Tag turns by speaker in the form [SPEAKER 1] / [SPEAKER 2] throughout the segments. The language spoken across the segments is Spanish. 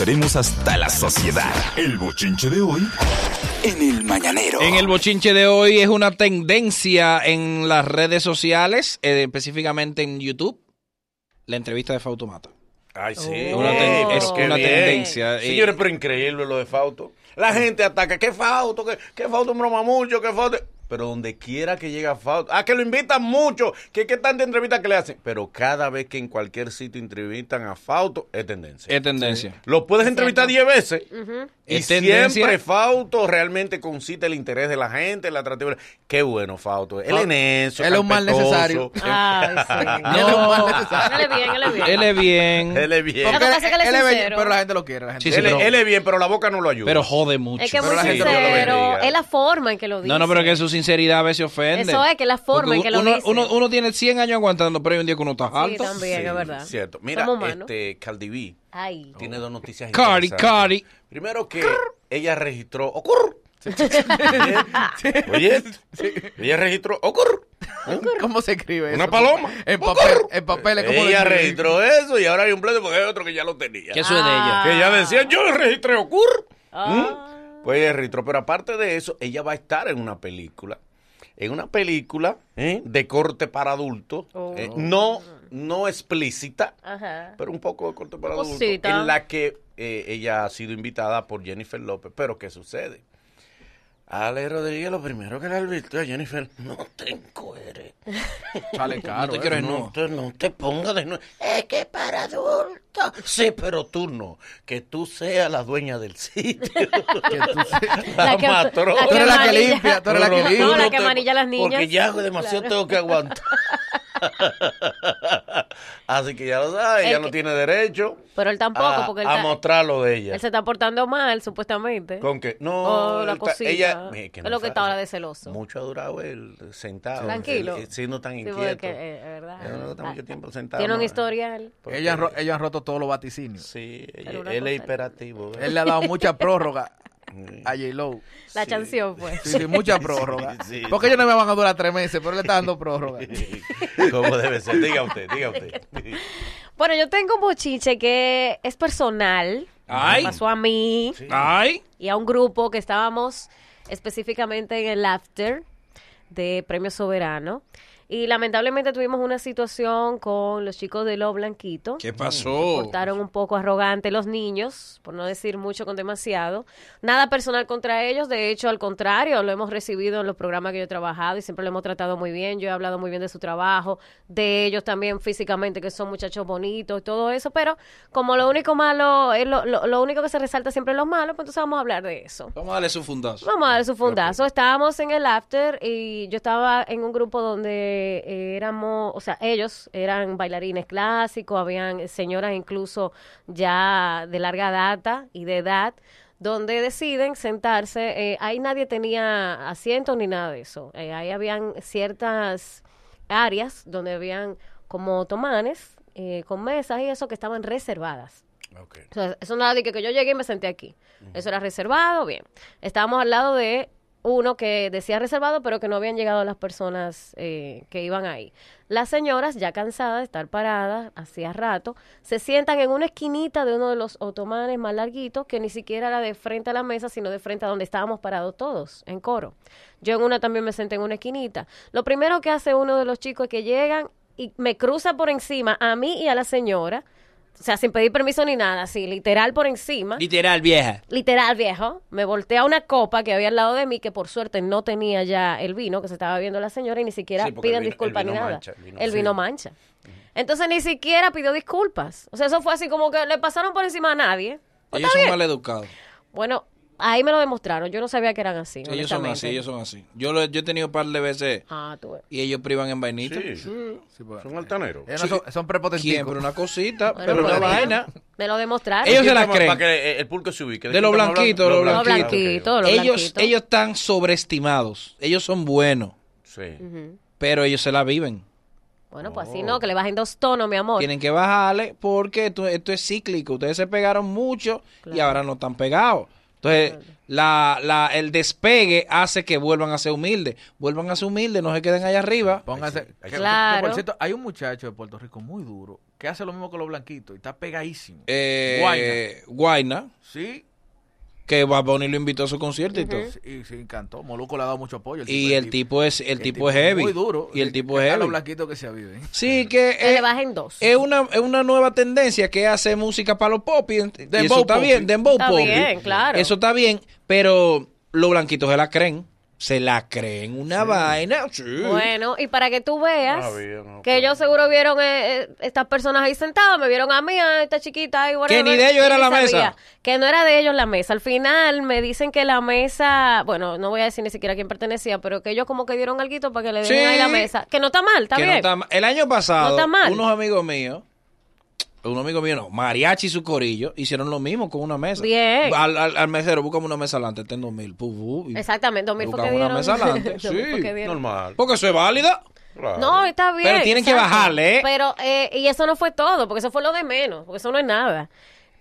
[SPEAKER 1] Seremos hasta la sociedad. El bochinche de hoy en el mañanero.
[SPEAKER 2] En el bochinche de hoy es una tendencia en las redes sociales, eh, específicamente en YouTube, la entrevista de Fautomata.
[SPEAKER 3] Ay, sí.
[SPEAKER 2] Es una, ten- es
[SPEAKER 3] Qué
[SPEAKER 2] una
[SPEAKER 3] bien.
[SPEAKER 2] tendencia. Y- Mm.
[SPEAKER 3] Señores, pero increíble lo de Fauto. La gente ataca, ¿qué Fauto? ¿Qué, qué Fauto broma mucho? ¿Qué Fauto? Pero donde quiera que llega Fauto. Ah, que lo invitan mucho. Que qué tanta entrevista que le hacen? Pero cada vez que en cualquier sitio entrevistan a Fauto, es tendencia.
[SPEAKER 2] es tendencia.
[SPEAKER 3] Lo puedes entrevistar 10 veces. Y
[SPEAKER 2] Es tendencia.
[SPEAKER 3] siempre Fauto realmente concita el interés de la gente, la atractiva. Qué bueno, Fauto. Él en eso.
[SPEAKER 4] Él es un mal
[SPEAKER 3] carpetoso.
[SPEAKER 4] necesario.
[SPEAKER 5] Ay, sí.
[SPEAKER 4] Él es un mal necesario.
[SPEAKER 5] Él es bien, él es bien.
[SPEAKER 2] Él es bien,
[SPEAKER 3] Él es bien.
[SPEAKER 5] Lo que pasa es que él es
[SPEAKER 4] Él bello,
[SPEAKER 5] sincero.
[SPEAKER 4] pero la gente lo quiere. La gente
[SPEAKER 2] Sí,
[SPEAKER 4] lo
[SPEAKER 2] sí,
[SPEAKER 3] Él, es-
[SPEAKER 2] pero-
[SPEAKER 3] él es bien, pero la boca no lo ayuda.
[SPEAKER 2] pero jode mucho.
[SPEAKER 5] Es que es
[SPEAKER 4] Pero
[SPEAKER 5] muy
[SPEAKER 4] la gente no lo
[SPEAKER 5] sincero.
[SPEAKER 3] bendiga.
[SPEAKER 5] Es la forma en que lo dice.
[SPEAKER 2] no, no, pero que su sinceridad a veces ofende.
[SPEAKER 5] Eso es, que la forma en
[SPEAKER 2] Porque
[SPEAKER 5] que lo
[SPEAKER 2] uno,
[SPEAKER 5] dice.
[SPEAKER 2] Uno, uno tiene 100 años aguantando, pero hay un día que uno está
[SPEAKER 5] Sí,
[SPEAKER 2] alto.
[SPEAKER 5] también,
[SPEAKER 3] Sí,
[SPEAKER 5] es verdad.
[SPEAKER 3] Cierto. Mira,
[SPEAKER 5] Somos humanos.
[SPEAKER 3] este Cardi B
[SPEAKER 5] Ay.
[SPEAKER 3] tiene dos noticias
[SPEAKER 2] Cardi,
[SPEAKER 3] interesantes.
[SPEAKER 2] Cardi.
[SPEAKER 3] Primero que ella registró ocurr. Oye, esto. ella registró ocurr.
[SPEAKER 4] ¿Cómo se escribe
[SPEAKER 3] Una
[SPEAKER 4] eso?
[SPEAKER 3] paloma.
[SPEAKER 4] En papel, en papeles. ¿cómo
[SPEAKER 3] Ella
[SPEAKER 4] describir?
[SPEAKER 3] registró eso y ahora hay un pleito porque hay otro que ya lo tenía.
[SPEAKER 2] Que eso es de ella.
[SPEAKER 3] Que ella decía, yo registré ocurr.
[SPEAKER 5] Ah.
[SPEAKER 3] Pues ella registró. Pero aparte de eso, ella va a estar en una película. En una película ¿eh? de corte para adultos.
[SPEAKER 5] Oh.
[SPEAKER 3] eh, no, no explícita.
[SPEAKER 5] Ajá.
[SPEAKER 3] pero un poco de corto para adultos,
[SPEAKER 5] Cosita.
[SPEAKER 3] en la que eh, ella ha sido invitada por Jennifer López. Pero, ¿qué sucede? Ale Rodríguez, lo primero que le advirtió a Jennifer, no te encueres.
[SPEAKER 4] Sale caro.
[SPEAKER 2] No te quiero
[SPEAKER 4] eh.
[SPEAKER 2] de
[SPEAKER 3] No
[SPEAKER 2] nuevo.
[SPEAKER 3] te, no te pongas de nuevo. Es que para adultos. Sí, pero tú no. Que tú seas la dueña del sitio.
[SPEAKER 4] Que tú se-
[SPEAKER 3] La
[SPEAKER 5] La que-
[SPEAKER 3] matrona.
[SPEAKER 5] la
[SPEAKER 4] Tú eres la que
[SPEAKER 5] manilla.
[SPEAKER 4] limpia, tú eres la que
[SPEAKER 3] No,
[SPEAKER 4] limpia.
[SPEAKER 5] No, Ah, la
[SPEAKER 3] no
[SPEAKER 5] que
[SPEAKER 3] te-
[SPEAKER 5] amarilla a las niñas.
[SPEAKER 3] Porque ya demasiado tengo que aguantar. Así que ya lo sabes,
[SPEAKER 5] El
[SPEAKER 3] ella
[SPEAKER 5] que-
[SPEAKER 3] no tiene derecho.
[SPEAKER 5] Pero él tampoco,
[SPEAKER 3] a-
[SPEAKER 5] porque él
[SPEAKER 3] Ah, a
[SPEAKER 5] ta-
[SPEAKER 3] mostrar lo de ella.
[SPEAKER 5] Él se está portando mal, supuestamente.
[SPEAKER 3] Con que no,
[SPEAKER 5] Oh, la
[SPEAKER 3] él ta-
[SPEAKER 5] cosita.
[SPEAKER 3] ella
[SPEAKER 5] Es
[SPEAKER 3] no
[SPEAKER 5] lo que
[SPEAKER 3] fa-
[SPEAKER 5] está ahora de celoso.
[SPEAKER 3] Mucho ha durado él sentado,
[SPEAKER 5] Tranquilo.
[SPEAKER 3] él- él siendo tan
[SPEAKER 5] Sí, porque,
[SPEAKER 3] inquieto.
[SPEAKER 5] eh, es verdad.
[SPEAKER 3] Él no está mucho tiempo sentado.
[SPEAKER 5] Tiene un
[SPEAKER 3] ¿no?
[SPEAKER 5] historial.
[SPEAKER 3] Porque-
[SPEAKER 4] Ellos han ro- ellos han roto todos los vaticinios.
[SPEAKER 3] Sí, ella-
[SPEAKER 5] Pero una
[SPEAKER 3] él es
[SPEAKER 5] cosa-
[SPEAKER 3] hiperactivo. ¿eh?
[SPEAKER 4] Él le ha dado mucha prórroga a J-Lo.
[SPEAKER 5] La
[SPEAKER 3] Sí.
[SPEAKER 5] canción, pues.
[SPEAKER 4] Sí, sí, mucha prórroga.
[SPEAKER 3] sí,
[SPEAKER 4] Porque ellos no me van a durar tres meses, pero él le está dando prórroga.
[SPEAKER 3] Como debe ser, diga usted, diga usted.
[SPEAKER 5] Bueno, yo tengo un bochinche que es personal.
[SPEAKER 2] Ay.
[SPEAKER 5] Me pasó a mí
[SPEAKER 3] Ah,
[SPEAKER 2] Ay,
[SPEAKER 5] y a un grupo que estábamos específicamente en el after de Premio Soberano. Y lamentablemente tuvimos una situación con los chicos de Lo Blanquito.
[SPEAKER 2] ¿qué pasó?
[SPEAKER 5] Portaron un poco arrogante los niños, por no decir mucho con demasiado. Nada personal contra ellos, de hecho, al contrario, lo hemos recibido en los programas que yo he trabajado y siempre lo hemos tratado muy bien. Yo he hablado muy bien de su trabajo, de ellos también físicamente, que son muchachos bonitos y todo eso, pero como lo único malo, es lo, lo- lo único que se resalta siempre es los malos, pues entonces vamos a hablar de eso.
[SPEAKER 2] Vamos a darle su fundazo.
[SPEAKER 5] Vamos a dar su fundazo. Estábamos en el after y yo estaba en un grupo donde eh, éramos, o sea, ellos eran bailarines clásicos, habían señoras incluso ya de larga data y de edad, donde deciden sentarse. eh, ahí nadie tenía asientos ni nada de eso. Eh, ahí habían ciertas áreas donde habían como tomanes eh, con mesas y eso que estaban reservadas.
[SPEAKER 3] Ok.
[SPEAKER 5] O sea, eso no era de que, que yo llegué y me senté aquí. Eso era reservado, bien. Estábamos al lado de uno que decía reservado, pero que no habían llegado las personas eh, que iban ahí. Las señoras, ya cansadas de estar paradas, hacía rato, se sientan en una esquinita de uno de los otomanes más larguitos, que ni siquiera era de frente a la mesa, sino de frente a donde estábamos parados todos, en coro. Yo en una también me senté en una esquinita. Lo primero que hace uno de los chicos es que llegan y me cruza por encima a mí y a la señora, o sea, sin pedir permiso ni nada, así, literal por encima.
[SPEAKER 2] Literal, vieja.
[SPEAKER 5] Literal, viejo. Me volteé a una copa que había al lado de mí, que por suerte no tenía ya el vino que se estaba viendo la señora y ni siquiera
[SPEAKER 3] Sí, porque
[SPEAKER 5] piden
[SPEAKER 3] el vino-
[SPEAKER 5] disculpas
[SPEAKER 3] el
[SPEAKER 5] ni
[SPEAKER 3] vino
[SPEAKER 5] nada.
[SPEAKER 3] mancha,
[SPEAKER 5] el
[SPEAKER 3] el
[SPEAKER 5] vino,
[SPEAKER 3] vino-
[SPEAKER 5] mancha. Entonces ni siquiera pidió disculpas. O sea, eso fue así como que le pasaron por encima a nadie.
[SPEAKER 2] Ellos son mal educados.
[SPEAKER 5] Bueno, ahí me lo demostraron. Yo no sabía que eran así.
[SPEAKER 2] Ellos son
[SPEAKER 5] honestamente.
[SPEAKER 2] así, ellos son así. Yo, lo- yo he tenido un par de veces
[SPEAKER 5] Ah, tú. ves.
[SPEAKER 2] y ellos privan en vainita.
[SPEAKER 3] Sí,
[SPEAKER 4] Sí, pues.
[SPEAKER 3] son altaneros.
[SPEAKER 4] Ellos no son, son prepotenticos.
[SPEAKER 2] Siempre una cosita,
[SPEAKER 5] Bueno,
[SPEAKER 2] pero una
[SPEAKER 5] pero-
[SPEAKER 2] vaina.
[SPEAKER 5] Me lo demostraron.
[SPEAKER 2] Ellos-
[SPEAKER 3] ¿Quién
[SPEAKER 2] se la
[SPEAKER 3] está más-
[SPEAKER 2] creen.
[SPEAKER 3] Para que eh, el- el público se ubique.
[SPEAKER 2] De
[SPEAKER 3] quién
[SPEAKER 2] los
[SPEAKER 3] estamos hablando?
[SPEAKER 2] blanquitos, los
[SPEAKER 5] los
[SPEAKER 2] blanquitos.
[SPEAKER 5] blanquitos, los
[SPEAKER 2] Ellos,
[SPEAKER 5] blanquitos.
[SPEAKER 2] ellos están sobreestimados. Ellos son buenos,
[SPEAKER 3] Sí.
[SPEAKER 5] Ujú.
[SPEAKER 2] pero ellos se la viven.
[SPEAKER 5] Bueno, pues así no, que le bajen dos tonos, mi amor.
[SPEAKER 2] Tienen que bajarle porque esto, esto es cíclico. Ustedes se pegaron mucho y
[SPEAKER 5] Claro.
[SPEAKER 2] ahora no están pegados. Entonces, la, la, el despegue hace que vuelvan a ser humildes. Vuelvan a ser humildes, no se queden allá arriba.
[SPEAKER 4] Pónganse.
[SPEAKER 3] Ay, sí.
[SPEAKER 4] que-
[SPEAKER 5] Claro.
[SPEAKER 4] Por cierto, hay un muchacho de Puerto Rico muy duro que hace lo mismo que los blanquitos y está pegadísimo.
[SPEAKER 2] Eh,
[SPEAKER 4] Guayna.
[SPEAKER 2] Guayna,
[SPEAKER 4] Sí,
[SPEAKER 2] que Bad Bunny lo invitó a su concierto y todo.
[SPEAKER 4] sí, y se encantó. Moluco le ha dado mucho apoyo.
[SPEAKER 2] Y
[SPEAKER 4] es-
[SPEAKER 2] el tipo es, el tipo es heavy.
[SPEAKER 4] Muy duro.
[SPEAKER 2] Y el tipo
[SPEAKER 4] Están
[SPEAKER 2] es
[SPEAKER 4] los
[SPEAKER 2] heavy.
[SPEAKER 4] blanquitos que se aviven.
[SPEAKER 2] Sí, que
[SPEAKER 5] Que
[SPEAKER 2] eh,
[SPEAKER 5] le bajen dos.
[SPEAKER 2] es una, es una nueva tendencia que hace música para los pop. Y, ent- y
[SPEAKER 4] Dembow
[SPEAKER 2] eso está
[SPEAKER 4] poppy.
[SPEAKER 2] bien, dembow
[SPEAKER 5] Está
[SPEAKER 2] poppy.
[SPEAKER 5] bien, claro.
[SPEAKER 2] Eso está bien, pero los blanquitos se la creen. Se la creen una vaina. sí.
[SPEAKER 5] Bueno, y para que tú veas
[SPEAKER 3] Ah, bien, no,
[SPEAKER 5] que ellos seguro vieron eh, eh, estas personas ahí sentadas, me vieron a mí, a esta chiquita ahí, whatever,
[SPEAKER 2] ni de ellos
[SPEAKER 5] y
[SPEAKER 2] era la
[SPEAKER 5] sabía
[SPEAKER 2] mesa.
[SPEAKER 5] Que no era de ellos la mesa. Al final me dicen que la mesa, bueno, no voy a decir ni siquiera a quién pertenecía, pero que ellos como que dieron algo para que le den
[SPEAKER 2] Sí.
[SPEAKER 5] ahí la mesa. Que no está mal, está
[SPEAKER 2] Que no
[SPEAKER 5] bien.
[SPEAKER 2] está ma- el año pasado,
[SPEAKER 5] No está mal.
[SPEAKER 2] unos amigos míos, unos amigos míos, no, Mariachi y su corillo, hicieron lo mismo con una mesa.
[SPEAKER 5] Bien.
[SPEAKER 2] Al, al- al mesero, búscame una mesa adelante, tengo mil. pu, pu, y-
[SPEAKER 5] Exactamente, dos mil fue que
[SPEAKER 2] Buscamos una
[SPEAKER 5] dieron.
[SPEAKER 2] mesa adelante,
[SPEAKER 5] Dos mil fue
[SPEAKER 2] sí.
[SPEAKER 5] que dieron.
[SPEAKER 3] Normal.
[SPEAKER 2] Porque eso es válida.
[SPEAKER 3] claro.
[SPEAKER 5] No, está bien.
[SPEAKER 2] Pero tienen que bajarle, ¿eh?
[SPEAKER 5] Pero, eh, y eso no fue todo, porque eso fue lo de menos, porque eso no es nada.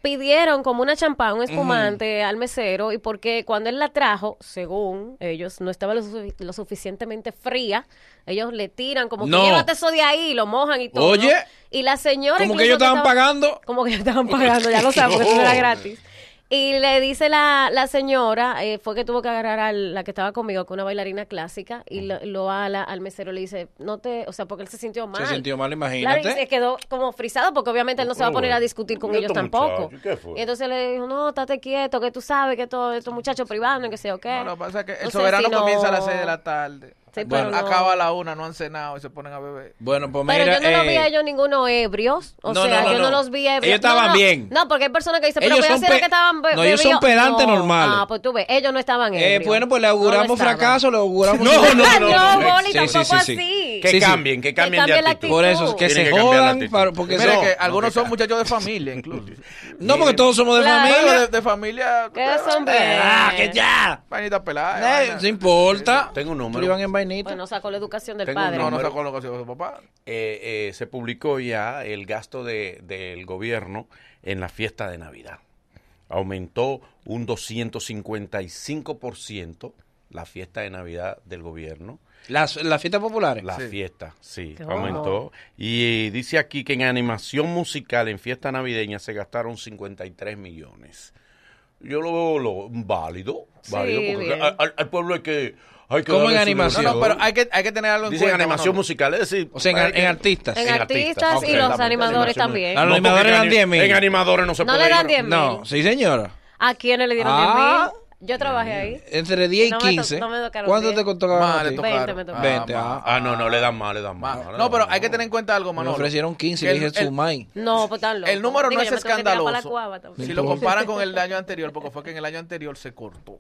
[SPEAKER 5] Pidieron como una champán, un espumante al mesero, y porque cuando él la trajo, según ellos, no estaba lo, sufi- lo suficientemente fría, ellos le tiran como
[SPEAKER 2] No.
[SPEAKER 5] que llévate eso de ahí, lo mojan y todo.
[SPEAKER 2] Oye.
[SPEAKER 5] Y la señora.
[SPEAKER 2] Como
[SPEAKER 5] incluso
[SPEAKER 2] que ellos estaban
[SPEAKER 5] estaba-
[SPEAKER 2] pagando.
[SPEAKER 5] como que estaban pagando, ya lo sabes, porque eso no
[SPEAKER 4] Oh.
[SPEAKER 5] era gratis. Y le dice la, la señora, eh, fue que tuvo que agarrar a la que estaba conmigo, que una bailarina clásica, y lo, lo ala al mesero le dice, no te, o sea, porque él se sintió mal.
[SPEAKER 2] Se sintió mal,
[SPEAKER 5] Claro,
[SPEAKER 2] imagínate.
[SPEAKER 5] y se quedó como frisado, porque obviamente él no se va a poner a discutir con
[SPEAKER 3] ¿Y
[SPEAKER 5] ellos
[SPEAKER 3] estos
[SPEAKER 5] tampoco.
[SPEAKER 3] muchachos? ¿Qué fue?
[SPEAKER 5] Y entonces le dijo, no, estate quieto, que tú sabes que todo estos muchachos privados, que sé yo qué.
[SPEAKER 4] No, lo que pasa es que el
[SPEAKER 5] Eh, No sé
[SPEAKER 4] soberano
[SPEAKER 5] si no-
[SPEAKER 4] comienza a las 6 de la tarde.
[SPEAKER 5] Sí, pero
[SPEAKER 4] bueno,
[SPEAKER 5] no.
[SPEAKER 4] acaba a la 1, no han cenado y se ponen a beber.
[SPEAKER 2] Bueno, pues
[SPEAKER 5] Pero
[SPEAKER 2] mira.
[SPEAKER 5] yo no los vi
[SPEAKER 2] eh,
[SPEAKER 5] a ellos ninguno ebrios. O
[SPEAKER 2] No,
[SPEAKER 5] sea,
[SPEAKER 2] no, no,
[SPEAKER 5] yo no.
[SPEAKER 2] no.
[SPEAKER 5] los vi ebrios.
[SPEAKER 2] Ellos
[SPEAKER 5] No,
[SPEAKER 2] estaban
[SPEAKER 5] no.
[SPEAKER 2] bien.
[SPEAKER 5] No, porque hay personas que dicen, pero
[SPEAKER 2] Ellos
[SPEAKER 5] ellos
[SPEAKER 2] son pe-
[SPEAKER 5] que estaban be-
[SPEAKER 2] No, ellos son
[SPEAKER 5] bebidos.
[SPEAKER 2] pedantes
[SPEAKER 5] No.
[SPEAKER 2] normales.
[SPEAKER 5] Ah, pues tú ves, ellos no estaban
[SPEAKER 2] eh,
[SPEAKER 5] ebrios.
[SPEAKER 2] bueno, pues le
[SPEAKER 5] No lo
[SPEAKER 2] auguramos
[SPEAKER 5] estaban.
[SPEAKER 2] fracaso, le auguramos.
[SPEAKER 3] No, no, no.
[SPEAKER 5] No,
[SPEAKER 3] no.
[SPEAKER 5] Boli,
[SPEAKER 2] Sí, sí,
[SPEAKER 5] tampoco
[SPEAKER 2] sí, sí.
[SPEAKER 5] así.
[SPEAKER 3] Que
[SPEAKER 2] Sí, sí.
[SPEAKER 3] cambien, que cambien
[SPEAKER 5] cambien
[SPEAKER 3] de
[SPEAKER 5] la
[SPEAKER 3] actitud.
[SPEAKER 5] actitud.
[SPEAKER 2] Por eso, que
[SPEAKER 3] Tienen
[SPEAKER 2] se
[SPEAKER 3] que cambiar la
[SPEAKER 2] jodan.
[SPEAKER 3] actitud.
[SPEAKER 2] para- porque
[SPEAKER 4] Mira
[SPEAKER 2] son-
[SPEAKER 4] que
[SPEAKER 3] no,
[SPEAKER 4] algunos
[SPEAKER 3] que
[SPEAKER 4] son
[SPEAKER 3] ca-
[SPEAKER 4] muchachos de familia, incluso.
[SPEAKER 2] no, porque todos somos de
[SPEAKER 5] Claro.
[SPEAKER 4] Pero
[SPEAKER 2] familia.
[SPEAKER 4] de, de familia.
[SPEAKER 5] Que son
[SPEAKER 2] Eh, ah, que ya.
[SPEAKER 4] Pañita pelada.
[SPEAKER 2] Eh,
[SPEAKER 4] vaina.
[SPEAKER 2] no importa.
[SPEAKER 3] Tengo un número.
[SPEAKER 2] Tú iban en vainita.
[SPEAKER 5] Bueno, sacó la educación del
[SPEAKER 3] Tengo un
[SPEAKER 5] padre.
[SPEAKER 4] No, no
[SPEAKER 3] Número.
[SPEAKER 4] sacó lo que hacía su papá.
[SPEAKER 3] Eh, eh, se publicó ya el gasto de- del gobierno en la fiesta de Navidad. Aumentó un 255% la fiesta de Navidad del gobierno.
[SPEAKER 2] las, las fiestas populares.
[SPEAKER 3] La
[SPEAKER 4] Sí.
[SPEAKER 3] fiesta, sí,
[SPEAKER 5] Qué
[SPEAKER 3] aumentó. Y dice aquí que en animación musical en fiesta navideña se gastaron 53 millones. Yo lo veo lo- válido,
[SPEAKER 5] Sí,
[SPEAKER 3] válido, porque
[SPEAKER 5] bien.
[SPEAKER 3] al, al- al pueblo hay que... Hay que
[SPEAKER 2] ¿Cómo en
[SPEAKER 3] darle su
[SPEAKER 2] animación?
[SPEAKER 4] No, no, pero
[SPEAKER 3] derecho.
[SPEAKER 4] hay que, hay que tener algo en
[SPEAKER 3] Dicen
[SPEAKER 4] cuenta.
[SPEAKER 3] animación
[SPEAKER 4] Manolo.
[SPEAKER 3] musical, es decir... eh,
[SPEAKER 2] o sea, en,
[SPEAKER 3] hay que-
[SPEAKER 2] en artistas.
[SPEAKER 5] En artistas y
[SPEAKER 3] ok,
[SPEAKER 5] los
[SPEAKER 3] lamentable,
[SPEAKER 5] animadores
[SPEAKER 3] animación.
[SPEAKER 5] también.
[SPEAKER 2] A los
[SPEAKER 3] No, porque
[SPEAKER 2] animadores
[SPEAKER 3] en
[SPEAKER 2] dan
[SPEAKER 3] ani-
[SPEAKER 2] 10.000.
[SPEAKER 3] En animadores no se
[SPEAKER 5] No
[SPEAKER 3] puede
[SPEAKER 5] le dan
[SPEAKER 3] ir.
[SPEAKER 5] 10.000.
[SPEAKER 2] No, sí, señora.
[SPEAKER 5] ¿A quiénes le dieron
[SPEAKER 2] Ah.
[SPEAKER 5] 10 mil? Yo trabajé ahí.
[SPEAKER 2] Entre 10 y
[SPEAKER 5] No me to-
[SPEAKER 2] 15.
[SPEAKER 5] no me tocaron
[SPEAKER 2] ¿Cuánto
[SPEAKER 5] 10?
[SPEAKER 2] te costó ganar
[SPEAKER 4] Ma,
[SPEAKER 2] a
[SPEAKER 4] le
[SPEAKER 2] ti?
[SPEAKER 5] toca- 20
[SPEAKER 4] tocaron.
[SPEAKER 5] me tocó.
[SPEAKER 4] Ah,
[SPEAKER 2] 20,
[SPEAKER 4] ma.
[SPEAKER 2] ah.
[SPEAKER 3] Ah, no, no, le dan mal, le dan mal.
[SPEAKER 4] Ma- No, pero hay que tener en cuenta algo,
[SPEAKER 2] Me
[SPEAKER 4] Manolo.
[SPEAKER 2] ofrecieron 15 y
[SPEAKER 4] Que
[SPEAKER 2] le dije
[SPEAKER 4] el-
[SPEAKER 2] su mai.
[SPEAKER 5] No, pues tan loco.
[SPEAKER 4] El número
[SPEAKER 5] Digo,
[SPEAKER 4] no
[SPEAKER 5] yo
[SPEAKER 4] es
[SPEAKER 5] me tengo que tirar para la
[SPEAKER 4] escandaloso.
[SPEAKER 5] cuava también.
[SPEAKER 4] Si lo comparan con el año anterior, porque fue que en el año anterior se cortó.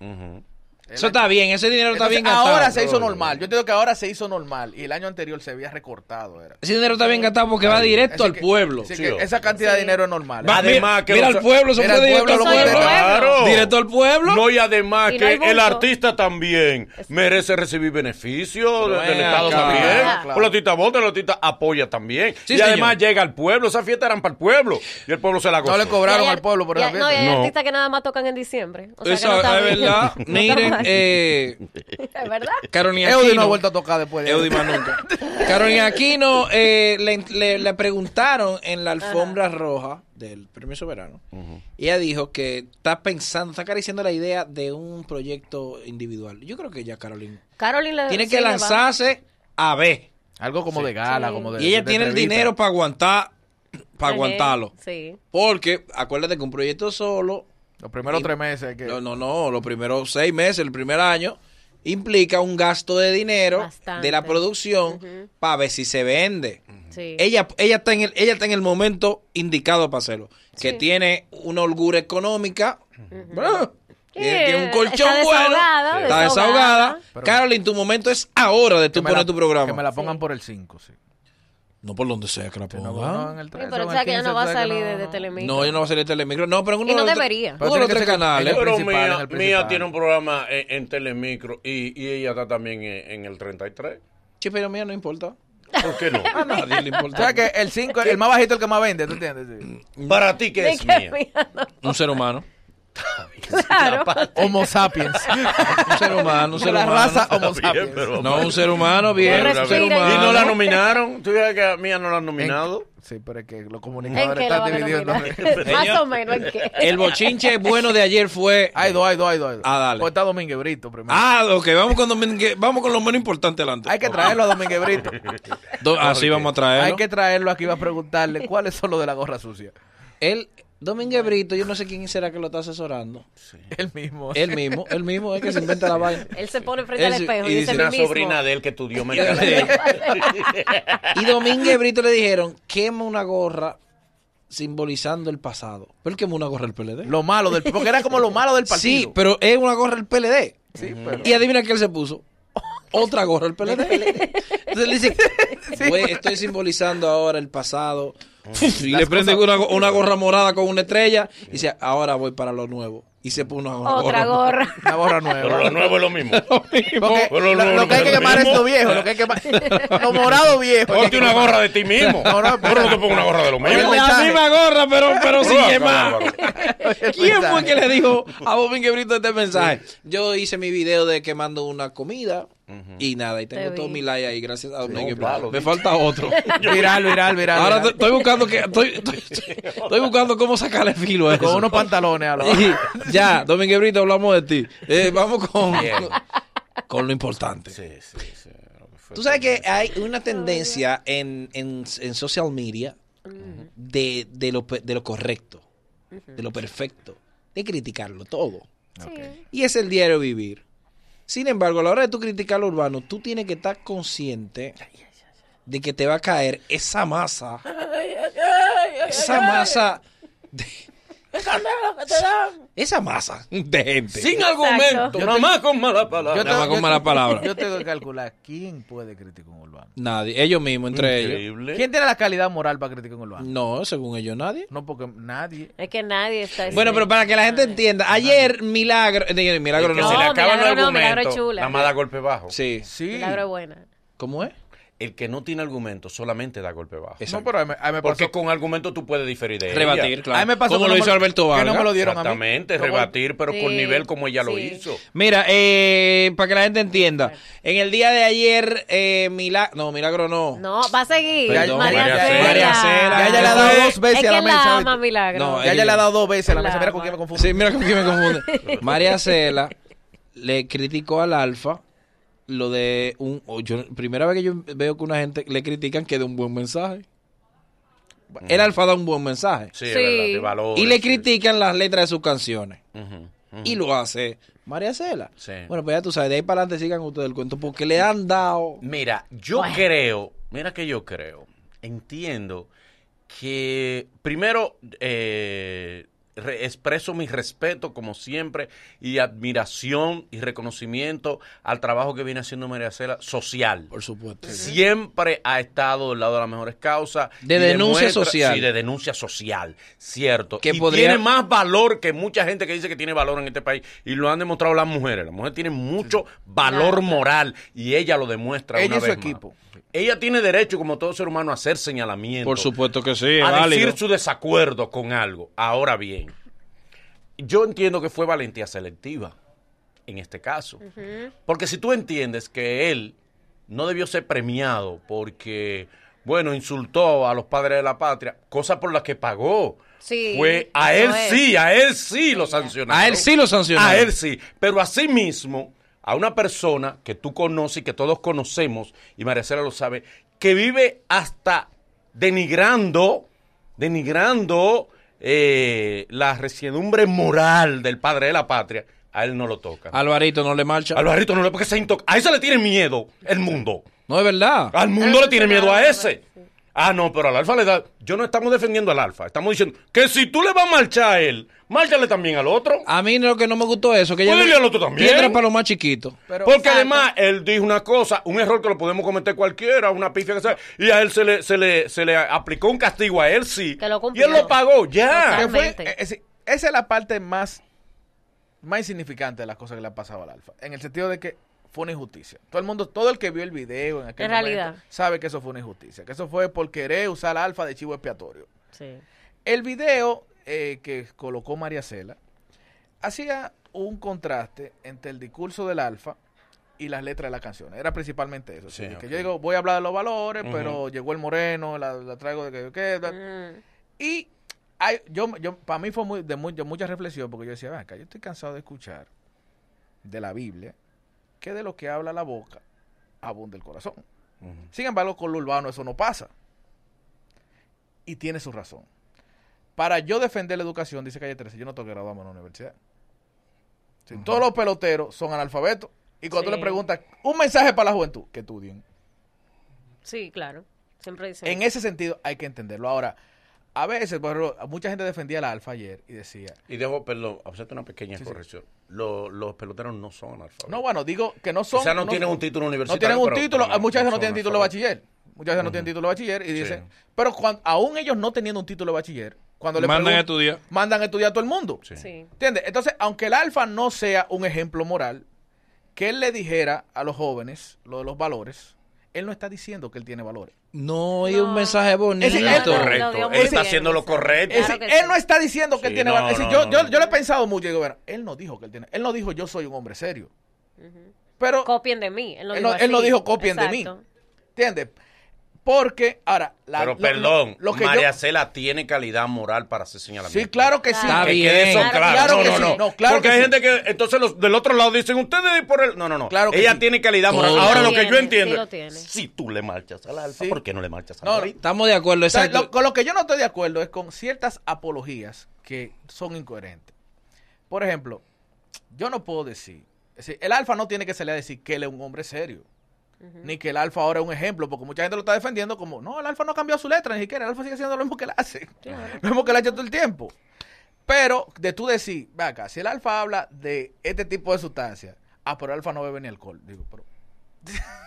[SPEAKER 3] Ujú.
[SPEAKER 4] El
[SPEAKER 2] Eso
[SPEAKER 4] año-
[SPEAKER 2] está bien, ese dinero está
[SPEAKER 4] Entonces,
[SPEAKER 2] bien gastado.
[SPEAKER 4] ahora se hizo normal. Yo entiendo que ahora se hizo normal. Y el año anterior se había recortado. Era.
[SPEAKER 2] Ese dinero está bien gastado porque va directo
[SPEAKER 4] Así
[SPEAKER 2] al
[SPEAKER 4] que-
[SPEAKER 2] pueblo.
[SPEAKER 4] así
[SPEAKER 3] Sí,
[SPEAKER 4] que
[SPEAKER 3] o-
[SPEAKER 4] esa cantidad de dinero es normal.
[SPEAKER 2] Va,
[SPEAKER 4] ¿eh?
[SPEAKER 3] Además
[SPEAKER 2] mira,
[SPEAKER 3] que
[SPEAKER 2] mira
[SPEAKER 3] los-
[SPEAKER 2] al pueblo, se
[SPEAKER 4] mira
[SPEAKER 2] puede
[SPEAKER 4] al
[SPEAKER 2] directo al
[SPEAKER 4] pueblo,
[SPEAKER 5] lo
[SPEAKER 2] pueblo.
[SPEAKER 5] puede-
[SPEAKER 3] Claro.
[SPEAKER 2] Directo al pueblo.
[SPEAKER 3] No, y además
[SPEAKER 5] Y no
[SPEAKER 3] que
[SPEAKER 5] hay
[SPEAKER 3] el
[SPEAKER 5] bulto.
[SPEAKER 3] artista también merece recibir beneficios de-
[SPEAKER 2] ven
[SPEAKER 3] del Estado
[SPEAKER 2] acá.
[SPEAKER 3] también.
[SPEAKER 4] Claro.
[SPEAKER 3] El artista vota, el artista apoya también.
[SPEAKER 2] Sí,
[SPEAKER 3] y
[SPEAKER 2] señor.
[SPEAKER 3] además llega al pueblo. Esas fiestas eran para el pueblo. Y el pueblo se la gozó.
[SPEAKER 4] No le
[SPEAKER 5] Y
[SPEAKER 4] cobraron
[SPEAKER 5] hay
[SPEAKER 4] al pueblo por
[SPEAKER 5] y
[SPEAKER 4] esa
[SPEAKER 5] hay- No, y
[SPEAKER 4] fiesta.
[SPEAKER 5] hay
[SPEAKER 3] No.
[SPEAKER 5] artistas que nada más tocan en diciembre. O sea, que
[SPEAKER 2] Eso
[SPEAKER 5] no está
[SPEAKER 2] es
[SPEAKER 5] bien.
[SPEAKER 2] verdad.
[SPEAKER 5] No está
[SPEAKER 2] Miren,
[SPEAKER 5] mal.
[SPEAKER 2] eh,
[SPEAKER 5] Es verdad.
[SPEAKER 2] Carolina
[SPEAKER 4] Eudi no ha
[SPEAKER 2] Aquino.
[SPEAKER 4] vuelto a tocar después de
[SPEAKER 2] Eudi más nunca. Carolina Aquino eh, le, le- le preguntaron en la alfombra roja del Premio Soberano. y Ella dijo que está pensando, está acariciando la idea de un proyecto individual. Yo creo que ya Carolina
[SPEAKER 5] Caroline
[SPEAKER 4] Eh,
[SPEAKER 5] le-
[SPEAKER 2] tiene
[SPEAKER 5] sí
[SPEAKER 2] que
[SPEAKER 5] le va.
[SPEAKER 2] lanzarse a ver.
[SPEAKER 4] Algo como de gala,
[SPEAKER 5] Sí.
[SPEAKER 4] como de.
[SPEAKER 2] Y ella
[SPEAKER 4] Pues, de
[SPEAKER 2] tiene el
[SPEAKER 4] entrevista.
[SPEAKER 2] dinero para aguantar,
[SPEAKER 5] Ajá,
[SPEAKER 2] para aguantarlo.
[SPEAKER 5] Sí.
[SPEAKER 2] Porque acuérdate que un proyecto solo,
[SPEAKER 4] Los primeros tres meses. Que...
[SPEAKER 2] no, no, no, los primeros seis meses, el primer año, implica un gasto de dinero
[SPEAKER 5] Bastante.
[SPEAKER 2] de la producción
[SPEAKER 5] Ujú.
[SPEAKER 2] para ver si se vende.
[SPEAKER 5] Sí.
[SPEAKER 2] Ella, ella, está en el, ella está en el momento indicado para hacerlo. Que
[SPEAKER 5] Sí.
[SPEAKER 2] tiene una holgura económica. ¿verdad?
[SPEAKER 5] Sí,
[SPEAKER 2] Tiene, tiene un
[SPEAKER 5] está
[SPEAKER 2] colchón bueno.
[SPEAKER 5] desahogada,
[SPEAKER 2] Está desahogada.
[SPEAKER 5] desahogada.
[SPEAKER 4] Pero-
[SPEAKER 2] Carolyn, tu momento es ahora de
[SPEAKER 4] que
[SPEAKER 2] tú
[SPEAKER 4] me
[SPEAKER 2] poner
[SPEAKER 4] la-
[SPEAKER 2] tu programa.
[SPEAKER 4] Que me la pongan
[SPEAKER 5] Sí.
[SPEAKER 4] por el 5, sí.
[SPEAKER 2] No por donde sea que la
[SPEAKER 4] Sí, no,
[SPEAKER 2] pongan.
[SPEAKER 4] no, en el
[SPEAKER 5] Sí,
[SPEAKER 4] tres,
[SPEAKER 5] pero
[SPEAKER 4] en
[SPEAKER 5] o
[SPEAKER 4] el
[SPEAKER 5] sea que ya
[SPEAKER 4] 15,
[SPEAKER 5] no va a
[SPEAKER 4] tú sabes que
[SPEAKER 5] salir de, de
[SPEAKER 4] no.
[SPEAKER 5] Telemicro.
[SPEAKER 2] No, yo no va a salir de Telemicro. No, pero en uno
[SPEAKER 5] Y no
[SPEAKER 2] de los
[SPEAKER 5] debería.
[SPEAKER 2] tres-
[SPEAKER 4] Pero
[SPEAKER 2] uno de los
[SPEAKER 4] tiene
[SPEAKER 2] tres
[SPEAKER 4] que ser en el
[SPEAKER 2] canales.
[SPEAKER 3] Pero
[SPEAKER 4] principal,
[SPEAKER 3] mía,
[SPEAKER 4] es el
[SPEAKER 3] mía
[SPEAKER 4] principal.
[SPEAKER 3] tiene un programa en, en Telemicro y, y ella está también en, en el 33.
[SPEAKER 2] Che, pero mía no importa.
[SPEAKER 3] ¿Por qué no?
[SPEAKER 2] A nadie le
[SPEAKER 4] O sea
[SPEAKER 2] importa.
[SPEAKER 4] que el 5 el más bajito el que más vende, ¿tú entiendes? Sí.
[SPEAKER 3] Para ti que
[SPEAKER 5] De
[SPEAKER 3] es
[SPEAKER 5] que
[SPEAKER 3] mía.
[SPEAKER 5] mía, no.
[SPEAKER 2] Un ser humano.
[SPEAKER 5] Claro.
[SPEAKER 4] Homo sapiens.
[SPEAKER 2] Un ser humano, un ser
[SPEAKER 4] la
[SPEAKER 2] humano.
[SPEAKER 4] raza Homo
[SPEAKER 3] Está bien,
[SPEAKER 4] sapiens.
[SPEAKER 3] pero-
[SPEAKER 2] No, un ser humano, bien.
[SPEAKER 5] Respira
[SPEAKER 2] Un ser humano.
[SPEAKER 3] Y no la nominaron. Tú dices que a mía no la han nominado.
[SPEAKER 4] Sí, pero es que los
[SPEAKER 5] ¿En
[SPEAKER 4] comunicadores
[SPEAKER 5] qué lo
[SPEAKER 4] están
[SPEAKER 5] van a
[SPEAKER 4] dividiendo.
[SPEAKER 5] nominar? Más o menos, ¿en qué?
[SPEAKER 2] El bochinche bueno de ayer fue.
[SPEAKER 4] Hay dos, hay dos, hay dos. hay dos.
[SPEAKER 2] Ah, dale.
[SPEAKER 4] Pues está Domínguez Brito primero.
[SPEAKER 2] Ah, ok, vamos con, Domínguez- vamos con lo menos importante adelante.
[SPEAKER 4] Hay que traerlo a Domínguez Brito.
[SPEAKER 2] Do- así vamos a traerlo.
[SPEAKER 4] Hay que traerlo aquí para preguntarle cuáles son los de la gorra sucia.
[SPEAKER 2] Él, Domínguez Brito, yo no sé quién será que lo está asesorando.
[SPEAKER 4] El mismo.
[SPEAKER 2] Él mismo, él mismo es que se inventa la vaina.
[SPEAKER 5] Él se pone frente al
[SPEAKER 2] Él-
[SPEAKER 5] espejo y
[SPEAKER 2] y
[SPEAKER 5] dice
[SPEAKER 2] dice,
[SPEAKER 5] "Mi
[SPEAKER 3] Una
[SPEAKER 5] mismo".
[SPEAKER 3] sobrina de él que estudió mercadeo.
[SPEAKER 2] Sí. y Domínguez Brito le dijeron, quema una gorra simbolizando el pasado. Pero él quemó una gorra del PLD.
[SPEAKER 4] Lo malo del porque era como lo malo del partido.
[SPEAKER 2] sí, pero es una gorra del PLD.
[SPEAKER 4] Sí, pero-
[SPEAKER 2] Y adivina qué él se puso. Otra gorra del PLD. Entonces le dice, güey, estoy simbolizando ahora el pasado. Y le prende una, go- una gorra morada con una estrella y dice, ahora voy para lo nuevo. Y se puso una gorra.
[SPEAKER 5] Otra gorra.
[SPEAKER 4] Una gorra nueva.
[SPEAKER 3] Pero lo nuevo es lo mismo.
[SPEAKER 4] Porque
[SPEAKER 3] Pero lo
[SPEAKER 4] lo, lo
[SPEAKER 3] nuevo
[SPEAKER 4] que hay
[SPEAKER 3] es
[SPEAKER 4] que
[SPEAKER 3] lo
[SPEAKER 4] quemar es
[SPEAKER 3] mismo.
[SPEAKER 4] lo viejo, lo que hay que quemar. Lo morado viejo. hay
[SPEAKER 3] Ponte
[SPEAKER 4] que
[SPEAKER 3] una
[SPEAKER 4] quemar.
[SPEAKER 3] gorra de ti mismo.
[SPEAKER 4] No, no,
[SPEAKER 3] Pero no te pongas una gorra de lo mismo.
[SPEAKER 4] Oye,
[SPEAKER 2] La
[SPEAKER 4] mensaje.
[SPEAKER 2] misma gorra, pero, pero sin
[SPEAKER 3] Pero,
[SPEAKER 2] quemar.
[SPEAKER 4] Oye,
[SPEAKER 2] ¿Quién
[SPEAKER 4] mensaje.
[SPEAKER 2] fue que le dijo a Domínguez Brito este mensaje? Yo hice mi video de quemando una comida y nada, y tengo
[SPEAKER 5] Te
[SPEAKER 2] todo
[SPEAKER 5] vi.
[SPEAKER 2] mi like ahí, gracias a Domínguez Brito.
[SPEAKER 3] claro, lo
[SPEAKER 2] Me
[SPEAKER 3] vi.
[SPEAKER 2] falta otro.
[SPEAKER 4] Viral, viral, viral.
[SPEAKER 2] Ahora
[SPEAKER 4] viral.
[SPEAKER 2] te- estoy buscando que estoy, estoy, estoy buscando cómo sacarle filo a eso.
[SPEAKER 4] Con unos pantalones a lo
[SPEAKER 2] Y ya, Domínguez Brito, hablamos de ti. Eh, vamos con, con lo importante.
[SPEAKER 3] Sí, sí, sí. lo que fue.
[SPEAKER 2] Tú sabes que hay una tendencia en, en, en social media de, de, lo, pe- de lo correcto, de lo perfecto, de criticarlo todo.
[SPEAKER 5] Sí.
[SPEAKER 2] Y es el diario vivir. Sin embargo, a la hora de tú criticar lo urbano, tú tienes que estar consciente de que te va a caer esa masa. Esa masa de... Esa masa de gente.
[SPEAKER 3] Sin argumento,
[SPEAKER 4] Yo
[SPEAKER 3] nada
[SPEAKER 4] te-
[SPEAKER 3] más con mala palabra.
[SPEAKER 2] Nada más con mala palabra.
[SPEAKER 4] Yo tengo que calcular quién puede criticar un urbano.
[SPEAKER 2] Nadie, ellos mismos, entre ellos.
[SPEAKER 3] Increíble.
[SPEAKER 4] ¿Quién tiene la calidad moral para criticar un urbano?
[SPEAKER 2] No, según ellos nadie.
[SPEAKER 4] No, porque nadie.
[SPEAKER 5] Es que nadie está.
[SPEAKER 2] Bueno, pero para que la gente entienda, ayer Milagro, eh, Milagro
[SPEAKER 3] Que
[SPEAKER 2] no,
[SPEAKER 3] se le
[SPEAKER 5] No,
[SPEAKER 3] acaban los
[SPEAKER 5] milagro no, milagro
[SPEAKER 3] argumentos.
[SPEAKER 5] chula.
[SPEAKER 3] Nada más da golpe bajo.
[SPEAKER 2] sí,
[SPEAKER 4] Sí.
[SPEAKER 5] Milagro es buena.
[SPEAKER 2] ¿cómo es?
[SPEAKER 3] El que no tiene argumentos solamente da golpe bajo.
[SPEAKER 4] No, pero a mí, a mí me
[SPEAKER 3] Porque
[SPEAKER 4] pasó.
[SPEAKER 3] con argumentos tú puedes diferir de ella.
[SPEAKER 2] Rebatir, claro.
[SPEAKER 4] a mí me pasó
[SPEAKER 2] Como
[SPEAKER 4] que
[SPEAKER 2] lo
[SPEAKER 4] no
[SPEAKER 2] hizo
[SPEAKER 4] me-
[SPEAKER 2] Alberto
[SPEAKER 4] que no
[SPEAKER 2] Vargas.
[SPEAKER 4] me lo dieron a mí.
[SPEAKER 3] Exactamente,
[SPEAKER 4] Como-
[SPEAKER 3] rebatir, pero con
[SPEAKER 5] Sí,
[SPEAKER 3] nivel como ella lo
[SPEAKER 5] sí.
[SPEAKER 3] hizo.
[SPEAKER 2] Mira, eh, para que la gente entienda, en el día de ayer, eh, Milagro, no, Milagro no.
[SPEAKER 5] No, va a seguir.
[SPEAKER 3] Perdón,
[SPEAKER 5] María
[SPEAKER 3] María
[SPEAKER 5] Cela.
[SPEAKER 3] Cela.
[SPEAKER 2] María Cela.
[SPEAKER 4] Ya ella le ha dado dos
[SPEAKER 5] Es
[SPEAKER 4] veces
[SPEAKER 5] que
[SPEAKER 4] a la mesa.
[SPEAKER 5] la
[SPEAKER 4] ¿oíste?
[SPEAKER 5] ama milagro.
[SPEAKER 2] No,
[SPEAKER 4] Ya ella le ha dado dos veces a la
[SPEAKER 5] La
[SPEAKER 4] mesa. Mira con
[SPEAKER 5] ama.
[SPEAKER 4] quién me confundí.
[SPEAKER 2] Sí, mira con quién me confunde. María Cela le criticó al Alfa lo de un... o yo- primera vez que yo veo que una gente le critican que dé un buen mensaje. El Alfa da un buen mensaje.
[SPEAKER 3] Sí, es
[SPEAKER 5] Sí.
[SPEAKER 3] verdad, de valores.
[SPEAKER 2] y le
[SPEAKER 3] sí.
[SPEAKER 2] critican las letras de sus canciones.
[SPEAKER 3] Ujú, ujú.
[SPEAKER 2] Y lo hace María Cela.
[SPEAKER 3] Sí.
[SPEAKER 2] Bueno, pues ya tú sabes, de ahí para adelante sigan ustedes el cuento porque le han dado...
[SPEAKER 3] Mira, yo
[SPEAKER 5] Bueno.
[SPEAKER 3] creo, mira que yo creo, entiendo que primero eh, re- expreso mi respeto como siempre y admiración y reconocimiento al trabajo que viene haciendo María Cela social.
[SPEAKER 2] Por supuesto.
[SPEAKER 3] Siempre ha estado del lado de las mejores causas.
[SPEAKER 2] De
[SPEAKER 3] y
[SPEAKER 2] denuncia
[SPEAKER 3] demuestra-
[SPEAKER 2] social.
[SPEAKER 3] Sí, de denuncia social, cierto.
[SPEAKER 2] Que
[SPEAKER 3] y
[SPEAKER 2] podría-
[SPEAKER 3] tiene más valor que mucha gente que dice que tiene valor en este país. Y lo han demostrado las mujeres. Las mujeres tienen mucho valor moral y ella lo demuestra.
[SPEAKER 4] Ella
[SPEAKER 3] una
[SPEAKER 4] y su
[SPEAKER 3] vez más.
[SPEAKER 4] equipo.
[SPEAKER 3] Ella tiene derecho, como todo ser humano, a hacer señalamiento.
[SPEAKER 2] Por supuesto que sí, es
[SPEAKER 3] A
[SPEAKER 2] válido.
[SPEAKER 3] Ah, decir su desacuerdo con algo. Ahora bien, yo entiendo que fue valentía selectiva en este caso. Porque si tú entiendes que él no debió ser premiado porque, bueno, insultó a los padres de la patria, cosa por la que pagó.
[SPEAKER 5] Sí,
[SPEAKER 3] Fue a él
[SPEAKER 5] eso es.
[SPEAKER 3] sí, a él sí lo sancionaron.
[SPEAKER 2] A él sí lo sancionaron.
[SPEAKER 3] A Ah, él sí. Pero a sí mismo, a una persona que tú conoces y que todos conocemos, y Maricela lo sabe, que vive hasta denigrando, denigrando eh, la resiedumbre moral del padre de la patria, a él no lo toca.
[SPEAKER 2] Alvarito no le marcha.
[SPEAKER 3] Alvarito no le porque se intoca. A ese le tiene miedo el mundo.
[SPEAKER 2] No es verdad.
[SPEAKER 3] Al mundo
[SPEAKER 5] Al
[SPEAKER 3] le tiene miedo a
[SPEAKER 5] Bolsonaro,
[SPEAKER 3] ese. Ah, no, pero al alfa le da. Yo no estamos defendiendo al alfa. Estamos diciendo que si tú le vas a marchar a él, márchale también al otro.
[SPEAKER 2] A mí lo que no me gustó eso, que
[SPEAKER 3] Pues
[SPEAKER 2] ella
[SPEAKER 3] dile al otro también.
[SPEAKER 2] piedra para los más chiquitos.
[SPEAKER 4] Pero-
[SPEAKER 3] Porque además él dijo una cosa, un error que lo podemos cometer cualquiera, una pifia que sea, y a él se le, se le, se le aplicó un castigo a él sí.
[SPEAKER 5] Que lo
[SPEAKER 3] y
[SPEAKER 5] cumplió.
[SPEAKER 3] él lo pagó, ya.
[SPEAKER 4] Que fue-
[SPEAKER 5] Exactamente.
[SPEAKER 4] eh, es- esa es la parte más, más insignificante de las cosas que le ha pasado al Alfa. En el sentido de que fue una injusticia. Todo el mundo, todo el que vio el video en aquel
[SPEAKER 5] En
[SPEAKER 4] momento
[SPEAKER 5] realidad.
[SPEAKER 4] sabe que eso fue una injusticia. Que eso fue por querer usar al Alfa de chivo expiatorio.
[SPEAKER 5] Sí.
[SPEAKER 4] El video eh, que colocó María Cela hacía un contraste entre el discurso del alfa y las letras de las canciones. Era principalmente eso.
[SPEAKER 3] Sí,
[SPEAKER 4] que
[SPEAKER 3] ok.
[SPEAKER 4] Yo digo, voy a hablar de los valores, pero llegó el moreno, la, la traigo de que yo queda.
[SPEAKER 5] Mm.
[SPEAKER 4] Y hay- yo, yo, para mí fue muy, de, mu- de mucha reflexión, porque yo decía, "Ven acá, yo estoy cansado de escuchar de la Biblia que de lo que habla la boca abunda el corazón. Sin embargo, con lo urbano eso no pasa. Y tiene su razón. Para yo defender la educación, dice Calle 13, yo no tengo que graduarme en la universidad. Sí, Todos los peloteros son analfabetos. Y cuando tú
[SPEAKER 5] Sí.
[SPEAKER 4] le preguntas un mensaje para la juventud, que estudien.
[SPEAKER 5] Sí, claro. Siempre dicen.
[SPEAKER 4] En ese sentido hay que entenderlo. Ahora, a veces, por ejemplo, mucha gente defendía la alfa ayer y decía,
[SPEAKER 3] Y dejo, perdón, hacerte una pequeña
[SPEAKER 4] Sí, sí.
[SPEAKER 3] corrección. Lo- los peloteros no son analfabetos.
[SPEAKER 4] no, bueno, digo que no son...
[SPEAKER 3] Quizá no tienen un título
[SPEAKER 4] No
[SPEAKER 3] universitario.
[SPEAKER 4] tienen un
[SPEAKER 3] pero-
[SPEAKER 4] título,
[SPEAKER 3] pero
[SPEAKER 4] muchas veces no
[SPEAKER 3] son
[SPEAKER 4] tienen título de
[SPEAKER 3] analfabetos.
[SPEAKER 4] bachiller. Muchas veces no tienen título de bachiller y dicen, pero cuando, aún ellos no teniendo un título de bachiller, cuando le
[SPEAKER 2] Mandan a
[SPEAKER 4] pregun-
[SPEAKER 2] estudiar.
[SPEAKER 4] Mandan a estudiar a todo el mundo.
[SPEAKER 3] este-
[SPEAKER 5] Sí.
[SPEAKER 4] ¿Entiendes? Entonces, aunque el alfa no sea un ejemplo moral, que él le dijera a los jóvenes lo de los valores, él no está diciendo que él tiene valores.
[SPEAKER 2] No, hay
[SPEAKER 5] No.
[SPEAKER 2] un mensaje bonito.
[SPEAKER 4] Ese-
[SPEAKER 5] Claro,
[SPEAKER 4] Correcto.
[SPEAKER 5] lo dio
[SPEAKER 3] Correcto.
[SPEAKER 5] muy
[SPEAKER 3] Él está
[SPEAKER 5] bien,
[SPEAKER 3] haciendo lo
[SPEAKER 5] Gonzalo.
[SPEAKER 3] correcto.
[SPEAKER 4] Es
[SPEAKER 5] Claro
[SPEAKER 4] decir,
[SPEAKER 5] que
[SPEAKER 4] Eh, él no está diciendo que
[SPEAKER 3] Sí,
[SPEAKER 4] él tiene
[SPEAKER 3] no,
[SPEAKER 4] valores. Es decir,
[SPEAKER 3] no,
[SPEAKER 4] yo,
[SPEAKER 3] no,
[SPEAKER 4] yo,
[SPEAKER 3] no.
[SPEAKER 4] yo lo he pensado mucho y digo, bueno, él no dijo que él tiene. Él no dijo yo soy un hombre serio. Pero,
[SPEAKER 5] Copien de mí. Él no,
[SPEAKER 4] Él
[SPEAKER 5] dijo,
[SPEAKER 4] no- él no
[SPEAKER 5] así.
[SPEAKER 4] dijo, "Copien de mí".
[SPEAKER 5] Exacto.
[SPEAKER 4] ¿entiendes? Porque, ahora, la-
[SPEAKER 3] Pero
[SPEAKER 4] lo- lo-
[SPEAKER 3] perdón,
[SPEAKER 4] lo que yo-
[SPEAKER 3] María Cela tiene calidad moral para hacer señalamiento.
[SPEAKER 4] Sí, claro que sí.
[SPEAKER 2] Está
[SPEAKER 3] Que
[SPEAKER 2] bien.
[SPEAKER 3] quede eso
[SPEAKER 5] Claro,
[SPEAKER 3] claro.
[SPEAKER 5] claro
[SPEAKER 3] no,
[SPEAKER 5] que
[SPEAKER 3] no,
[SPEAKER 5] sí.
[SPEAKER 3] no.
[SPEAKER 4] No, claro
[SPEAKER 3] Porque
[SPEAKER 4] que
[SPEAKER 3] hay
[SPEAKER 4] sí.
[SPEAKER 3] gente que, entonces los del otro lado dicen, ustedes por el. No, no, no.
[SPEAKER 4] Claro que
[SPEAKER 3] Ella
[SPEAKER 4] sí.
[SPEAKER 3] tiene calidad moral.
[SPEAKER 2] Todo.
[SPEAKER 3] Ahora
[SPEAKER 5] Sí
[SPEAKER 3] lo que yo
[SPEAKER 5] tiene, sí
[SPEAKER 3] entiendo.
[SPEAKER 5] lo tiene.
[SPEAKER 3] si tú le marchas al alfa,
[SPEAKER 4] Sí.
[SPEAKER 3] ¿por qué no le marchas al
[SPEAKER 4] No,
[SPEAKER 3] alfa?
[SPEAKER 2] Estamos de acuerdo,
[SPEAKER 4] O sea,
[SPEAKER 2] exacto.
[SPEAKER 4] lo- con lo que yo no estoy de acuerdo es con ciertas apologías que son incoherentes. Por ejemplo, yo no puedo decir, es decir, el alfa no tiene que salir a decir que él es un hombre serio. Ni que el alfa ahora es un ejemplo, porque mucha gente lo está defendiendo como, no, el alfa no ha cambiado su letra, ni siquiera, el alfa sigue haciendo lo mismo que él hace, lo mismo que él ha hecho todo el tiempo. Pero de tú decir, ve acá, si el alfa habla de este tipo de sustancias, ah, pero el alfa no bebe ni alcohol, digo, pero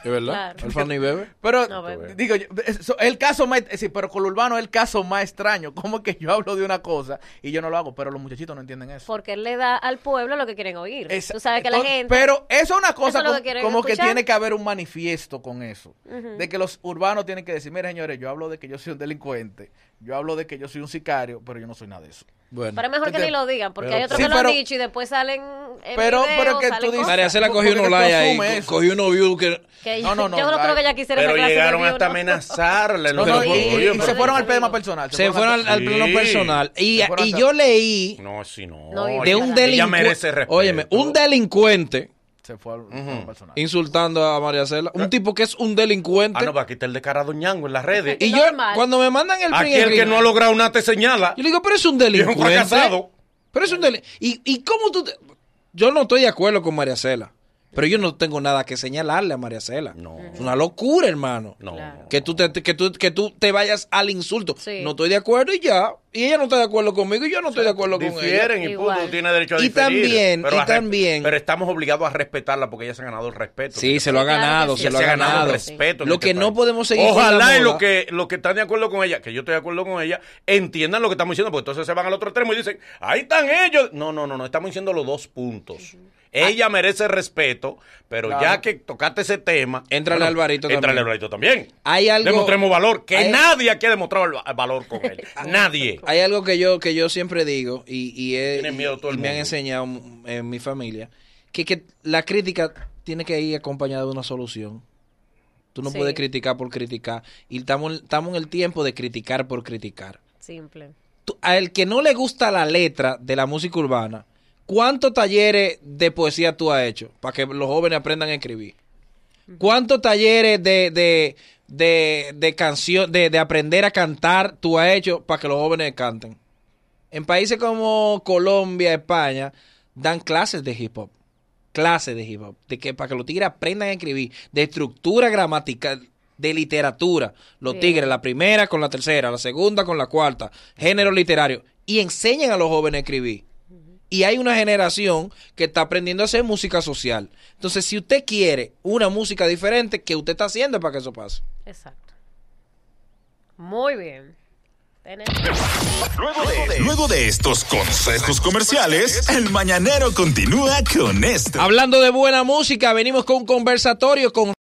[SPEAKER 2] ¿Es verdad?
[SPEAKER 5] Claro.
[SPEAKER 2] Alfa ni bebe.
[SPEAKER 4] pero,
[SPEAKER 5] No, bebé.
[SPEAKER 4] digo, yo, eso- el caso más, es decir, pero con lo urbano es el caso más extraño. ¿Cómo que yo hablo de una cosa y yo no lo hago? Pero los muchachitos no entienden eso.
[SPEAKER 5] Porque él le da al pueblo lo que quieren oír.
[SPEAKER 4] Esa-
[SPEAKER 5] Tú sabes que la
[SPEAKER 4] entonces,
[SPEAKER 5] gente.
[SPEAKER 4] Pero eso es una cosa
[SPEAKER 5] es lo
[SPEAKER 4] co-
[SPEAKER 5] que quieren
[SPEAKER 4] como que
[SPEAKER 5] escuchar.
[SPEAKER 4] tiene que haber un manifiesto con eso. De que los urbanos tienen que decir, mira señores, yo hablo de que yo soy un delincuente, yo hablo de que yo soy un sicario, pero yo no soy nada de eso.
[SPEAKER 2] Bueno.
[SPEAKER 5] Pero es mejor que
[SPEAKER 4] Entiendo.
[SPEAKER 5] ni lo digan, porque
[SPEAKER 3] Pero-
[SPEAKER 5] hay otros
[SPEAKER 4] Sí,
[SPEAKER 5] que lo
[SPEAKER 4] pero-
[SPEAKER 5] han dicho y después salen. en
[SPEAKER 4] Pero-
[SPEAKER 5] video,
[SPEAKER 4] pero que tú
[SPEAKER 5] salen
[SPEAKER 4] dices-
[SPEAKER 5] cosas.
[SPEAKER 2] María se la cogió
[SPEAKER 4] Porque
[SPEAKER 2] uno
[SPEAKER 4] tú
[SPEAKER 2] like ahí,
[SPEAKER 4] asumes
[SPEAKER 2] co-
[SPEAKER 4] eso.
[SPEAKER 2] cogió uno view que...
[SPEAKER 5] Que
[SPEAKER 4] No, no, no,
[SPEAKER 5] yo no creo
[SPEAKER 4] la-
[SPEAKER 5] que ella quisiera
[SPEAKER 3] Pero
[SPEAKER 5] esa clase de
[SPEAKER 3] llegaron
[SPEAKER 5] video,
[SPEAKER 3] hasta
[SPEAKER 5] ¿no?
[SPEAKER 3] amenazarla.
[SPEAKER 4] No, no, y, y- y
[SPEAKER 5] no
[SPEAKER 4] se fueron al
[SPEAKER 5] digas
[SPEAKER 4] tema
[SPEAKER 5] eso.
[SPEAKER 4] personal.
[SPEAKER 2] Se fueron al, al
[SPEAKER 3] Sí.
[SPEAKER 2] plano personal. Y,
[SPEAKER 4] Se fueron
[SPEAKER 2] y
[SPEAKER 4] al-
[SPEAKER 2] yo leí
[SPEAKER 3] No, si no.
[SPEAKER 5] No, y-
[SPEAKER 2] de un
[SPEAKER 3] Ella
[SPEAKER 2] delincuente.
[SPEAKER 3] merece respeto. Ah,
[SPEAKER 2] Óyeme, un delincuente
[SPEAKER 4] Se fue al al personal.
[SPEAKER 2] insultando a María Cela. Un tipo que es un delincuente.
[SPEAKER 3] Ah, no, pero aquí está el descarado ñango en las redes.
[SPEAKER 2] y yo,
[SPEAKER 5] Normal.
[SPEAKER 2] cuando me mandan el
[SPEAKER 3] Aquí
[SPEAKER 2] print
[SPEAKER 3] el que
[SPEAKER 2] screen,
[SPEAKER 3] no ha logrado nada te señala.
[SPEAKER 2] Yo le digo, pero es un
[SPEAKER 3] es un
[SPEAKER 2] delincuente.
[SPEAKER 3] fracasado.
[SPEAKER 2] Pero es un delincuente. ¿Y, y cómo tú.? te- Yo no estoy de acuerdo con María Cela. Pero yo no tengo nada que señalarle a María Cela.
[SPEAKER 3] No.
[SPEAKER 2] Es una locura, hermano.
[SPEAKER 3] No.
[SPEAKER 5] Claro.
[SPEAKER 2] Que tú, te, que, tú, que tú te vayas al insulto.
[SPEAKER 5] Sí.
[SPEAKER 2] No estoy de acuerdo y ya. Y ella no está de acuerdo conmigo y yo no estoy de acuerdo con ella.
[SPEAKER 3] Difieren y
[SPEAKER 5] Igual.
[SPEAKER 3] punto, tú tienes derecho a
[SPEAKER 2] Y
[SPEAKER 3] diferir.
[SPEAKER 2] también, y
[SPEAKER 3] a resp-
[SPEAKER 2] también-
[SPEAKER 3] Pero estamos obligados a respetarla porque ella se ha ganado el respeto.
[SPEAKER 2] Sí, se lo ha
[SPEAKER 5] Claro que
[SPEAKER 2] ganado,
[SPEAKER 5] sí.
[SPEAKER 2] se lo ha
[SPEAKER 5] Se ha
[SPEAKER 2] ganado.
[SPEAKER 5] ganado
[SPEAKER 3] respeto en
[SPEAKER 2] Lo
[SPEAKER 3] este
[SPEAKER 2] que no
[SPEAKER 3] país.
[SPEAKER 2] podemos seguir con la
[SPEAKER 3] Ojalá
[SPEAKER 2] moda.
[SPEAKER 3] y lo que, lo que están de acuerdo con ella, que yo estoy de acuerdo con ella, entiendan lo que estamos diciendo, porque entonces se van al otro extremo y dicen, ahí están ellos. No, no, no, no, estamos diciendo los dos puntos. Ella merece respeto, pero
[SPEAKER 4] Claro.
[SPEAKER 3] ya que tocaste ese tema.
[SPEAKER 2] Éntrale
[SPEAKER 3] bueno,
[SPEAKER 2] a Alvarito también.
[SPEAKER 3] Éntrale a Alvarito también.
[SPEAKER 2] Hay algo-
[SPEAKER 3] Demostremos valor, que
[SPEAKER 2] hay-
[SPEAKER 3] nadie aquí ha demostrado el va- valor con él. nadie.
[SPEAKER 2] Hay algo que yo, que yo siempre digo y, y, he-
[SPEAKER 3] Tiene miedo todo
[SPEAKER 2] y
[SPEAKER 3] el
[SPEAKER 2] me han
[SPEAKER 3] mundo.
[SPEAKER 2] enseñado mm, en mi familia que, que la crítica tiene que ir acompañada de una solución. Tú no
[SPEAKER 5] Sí.
[SPEAKER 2] puedes criticar por criticar. Y estamos, estamos en el tiempo de criticar por criticar.
[SPEAKER 5] Simple.
[SPEAKER 2] Tú- a el que no le gusta la letra de la música urbana, ¿cuántos talleres de poesía tú has hecho para que los jóvenes aprendan a escribir? ¿Cuántos talleres de, de, de, de canción, de, de aprender a cantar tú has hecho para que los jóvenes canten? En países como Colombia, España, dan clases de hip hop. Clases de hip hop. De que para que los tigres aprendan a escribir. De estructura gramatical, de literatura. Los
[SPEAKER 5] Bien.
[SPEAKER 2] tigres, la primera con la tercera, la segunda con la cuarta. Género literario. Y enseñan a los jóvenes a escribir. Y hay una generación que está aprendiendo a hacer música social. Entonces, si usted quiere una música diferente, ¿qué usted está haciendo para que eso pase?
[SPEAKER 5] Exacto. Muy bien. Tenés-
[SPEAKER 1] Luego de estos consejos comerciales, el mañanero continúa con este esto.
[SPEAKER 2] Hablando de buena música, venimos con un conversatorio con